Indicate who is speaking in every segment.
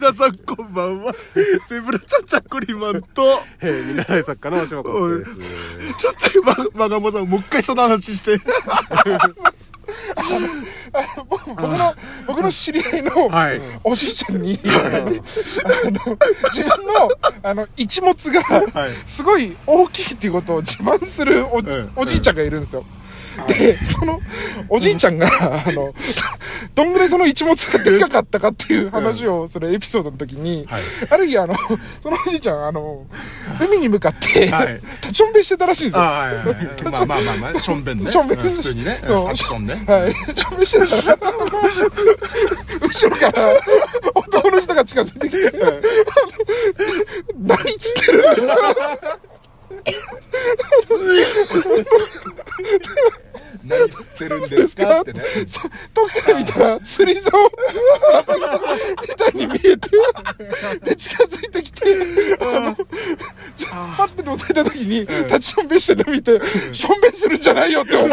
Speaker 1: 皆さんこんばんは。セブラちゃんちゃんこりまんと、
Speaker 2: えー、見習い作家の島子です。
Speaker 1: ちょっと今、まがもさん、もう一回その話して。
Speaker 3: 僕の、僕の知り合いの、
Speaker 1: はい
Speaker 3: おじいちゃんに、あの、自分の、あの、一物が、
Speaker 1: い
Speaker 3: すごい大きいっていうことを自慢するお,、
Speaker 1: ん
Speaker 3: おじいちゃんがいるんですよ。で、その、おじいちゃんが、あの、どんぐらいその一物がでかかったかっていう話をするエピソードの時に、
Speaker 1: はい
Speaker 3: ある日、あの、そのおじいちゃん、あの、海に向かって、
Speaker 1: はい
Speaker 3: 立ちょんべいしてたらしいんですよ。
Speaker 1: はいはいはい。まあまあまあまあ、ションベ ンね。
Speaker 3: ションベン
Speaker 1: 普通にね。
Speaker 3: そう
Speaker 1: アクションね。
Speaker 3: はい。証明してたら、後ろから男の人が近づいてきて、あの何つってるんですか
Speaker 1: 何釣ってるんですか ってね。
Speaker 3: そ遠くから見たら釣り竿みたいに見えて、で、近づいてきて、あの、じゃパッて乗せた時に、立ちしょんべんしてるの見て、しょんべんするんじゃないよ って思う。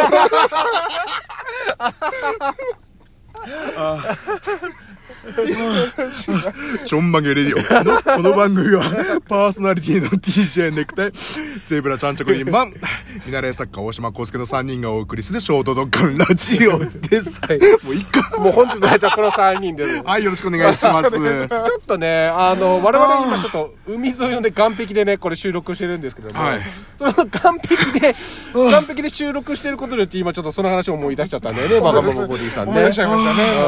Speaker 1: ちょんまげレディオ。この番組は、パーソナリティの DJ ネクタイ、ゼブラちゃんちょこりんまん、見習い作家大島康介の3人がお送りするショートドッグンラジオです。もういっか。
Speaker 2: もう本日の間この3人 で、ちょ
Speaker 1: はい、よろしくお願いします。
Speaker 2: っとね、あの、我々今ちょっと海沿いのね、岸壁でね、これ収録してるんですけども、
Speaker 1: はい
Speaker 2: その岸壁で、岸壁で収録してることによって今ちょっとその話を思い出しちゃったんだよね、バカボのボディさん
Speaker 3: 思い
Speaker 2: ね
Speaker 3: 出しち。ゃいましたね。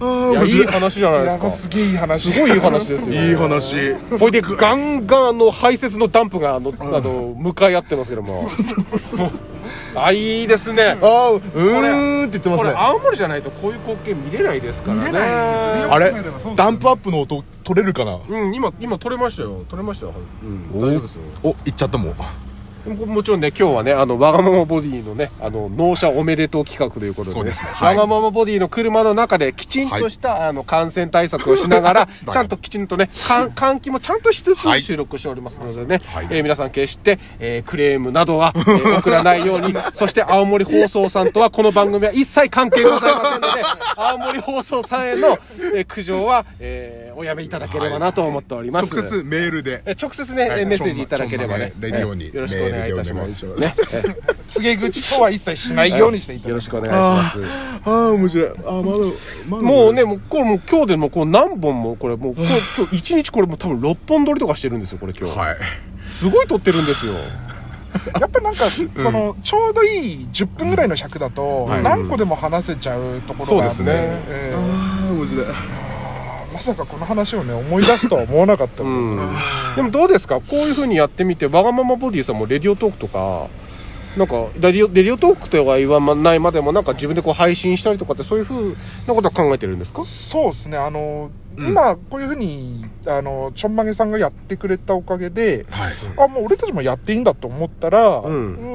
Speaker 2: うんいや、いい話じゃない
Speaker 3: い
Speaker 2: で
Speaker 3: や
Speaker 2: す
Speaker 3: これ
Speaker 2: か。
Speaker 3: すげえ いい話。
Speaker 2: すごいいい話ですよ。
Speaker 1: いい話。
Speaker 2: ほいで、ガンガン、あの、排泄のダンプが、あの、あの、向かい合ってますけども。あ、いいですね。
Speaker 1: あー、うーんって言ってま
Speaker 2: こ
Speaker 1: す
Speaker 2: れ、
Speaker 1: ね。
Speaker 2: 青森じゃないとこういう光景見れないですからね。
Speaker 3: 見れないですよね
Speaker 1: あれダンプアップの音取れるかな
Speaker 2: うん、今、今撮れましたよ。撮れましたよ。はいうん、大丈夫ですよ。
Speaker 1: お、行っちゃったもん。
Speaker 2: でももちろんね、今日はね、あの、わがままボディのね、あの、納車おめでとう企画ということで、
Speaker 1: そうですねはい
Speaker 2: わがままボディの車の中できちんとした、あの、感染対策をしな がら、
Speaker 1: し
Speaker 2: ち
Speaker 1: ながら
Speaker 2: ゃんときちんとね、かん換気もちゃんとしつつ
Speaker 1: はい
Speaker 2: 収録しておりますのでね、
Speaker 1: はい
Speaker 2: えー皆さん決して、えークレームなどは、えー送らないよ うに、そして青森放送さんとはこの番組は一切関係ございませんので、青森放送さんへの、えー苦情は、えーおやめいただければなと思っておりま
Speaker 1: 直
Speaker 2: す。
Speaker 1: 接メールで。
Speaker 2: え直接ね、えメッセージいただければね
Speaker 1: ちょんまげレディオに
Speaker 2: えよろしくお願いいたします
Speaker 1: メールでお願いし
Speaker 2: ね
Speaker 3: 告げ口とは一切しないようにしていた
Speaker 2: よ
Speaker 3: だ
Speaker 2: ろ
Speaker 3: き
Speaker 2: しくお願いします
Speaker 1: ああ、面白い。あー、まだ、まだ
Speaker 2: もうねもうこれもう今日でもうこう何本もこれもうこれ今日一日これもう多分6本撮りとかしてるんですよこれ今日、
Speaker 1: はい。
Speaker 2: すごい撮ってるんですよ
Speaker 3: やっぱりなんか、そのちょうどいい10分ぐらいの尺だと、
Speaker 1: はい
Speaker 3: 何個でも話せちゃうところがあって、
Speaker 2: そうですね
Speaker 3: え
Speaker 1: あー、面白い。
Speaker 3: えまさかこの話をね思い出すとは思わなかった、
Speaker 2: うんでもどうですかこういうふうにやってみてわがままボディさんもレディオトークとかなんかレディオレディオトークとは言わないまでもなんか自分でこう配信したりとかってそういうふうなことは考えてるんですか
Speaker 3: そうですねあの、今こういうふうにあのちょんまげさんがやってくれたおかげで、
Speaker 1: はい。
Speaker 3: あもう俺たちもやっていいんだと思ったら、
Speaker 2: ん
Speaker 3: う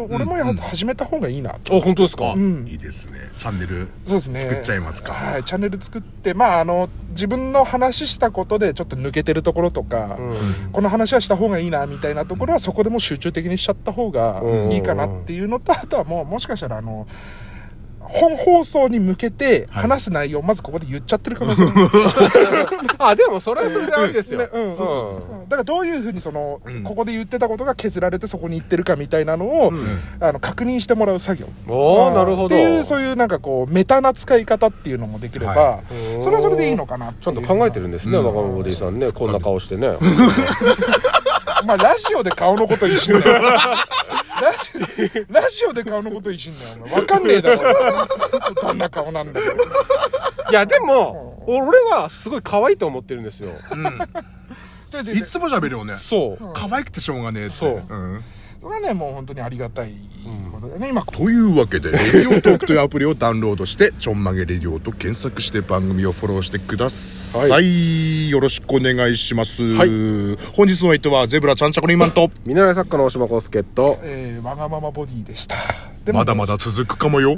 Speaker 3: ん俺もや、始めた方がいいなと
Speaker 2: あ本当ですか、
Speaker 3: ん
Speaker 1: いいですね。チャンネル
Speaker 3: そうですね
Speaker 1: 作っちゃいますか。
Speaker 3: はい、チャンネル作って、まあ、あの自分の話したことでちょっと抜けてるところとか、この話はした方がいいなみたいなところはそこでもう集中的にしちゃった方がいいかなっていうのと、あとはもうもしかしたらあの本放送に向けて話す内容をまずここで言っちゃってる可能性も、
Speaker 2: あでもそれはそれでありですよ、
Speaker 3: ねうん
Speaker 2: そう
Speaker 3: だからどういうふうにその、ここで言ってたことが削られてそこに行ってるかみたいなのを、あの確認してもらう作業
Speaker 2: お
Speaker 3: う
Speaker 2: ー
Speaker 3: ん
Speaker 2: なるほど
Speaker 3: っていうそういうなんかこうメタな使い方っていうのもできれば、
Speaker 1: は
Speaker 3: それはそれでいいのかな
Speaker 2: ちゃんと考えて
Speaker 3: る
Speaker 2: るんですね、若者ボディさんねこんな顔してね
Speaker 3: まあラジオで顔のこといじんだよラジ オラジオで顔のこといじんだよお前わかんねえだろどんな顔なんだ よ
Speaker 2: いやでも俺はすごい可愛いと思ってるんですよ
Speaker 3: ちょいちょ
Speaker 1: い
Speaker 3: いちょい
Speaker 1: つも喋るよね。
Speaker 2: そう
Speaker 1: 可愛くてしょうがねえって。
Speaker 2: そう
Speaker 1: うん
Speaker 3: それはねもう本当にありがたいことだよね、今
Speaker 1: というわけで、レディオトークというアプリをダウンロードして、ちょんまげレディオと検索して番組をフォローしてください。
Speaker 2: は
Speaker 1: よろしくお願いします。
Speaker 2: はい
Speaker 1: 本日の相手は、ゼブラちゃんちゃこりんまんと、
Speaker 2: 見習い作家の大島康介と
Speaker 3: えーわがままボディでしたでも
Speaker 1: まだまだ続くかもよ。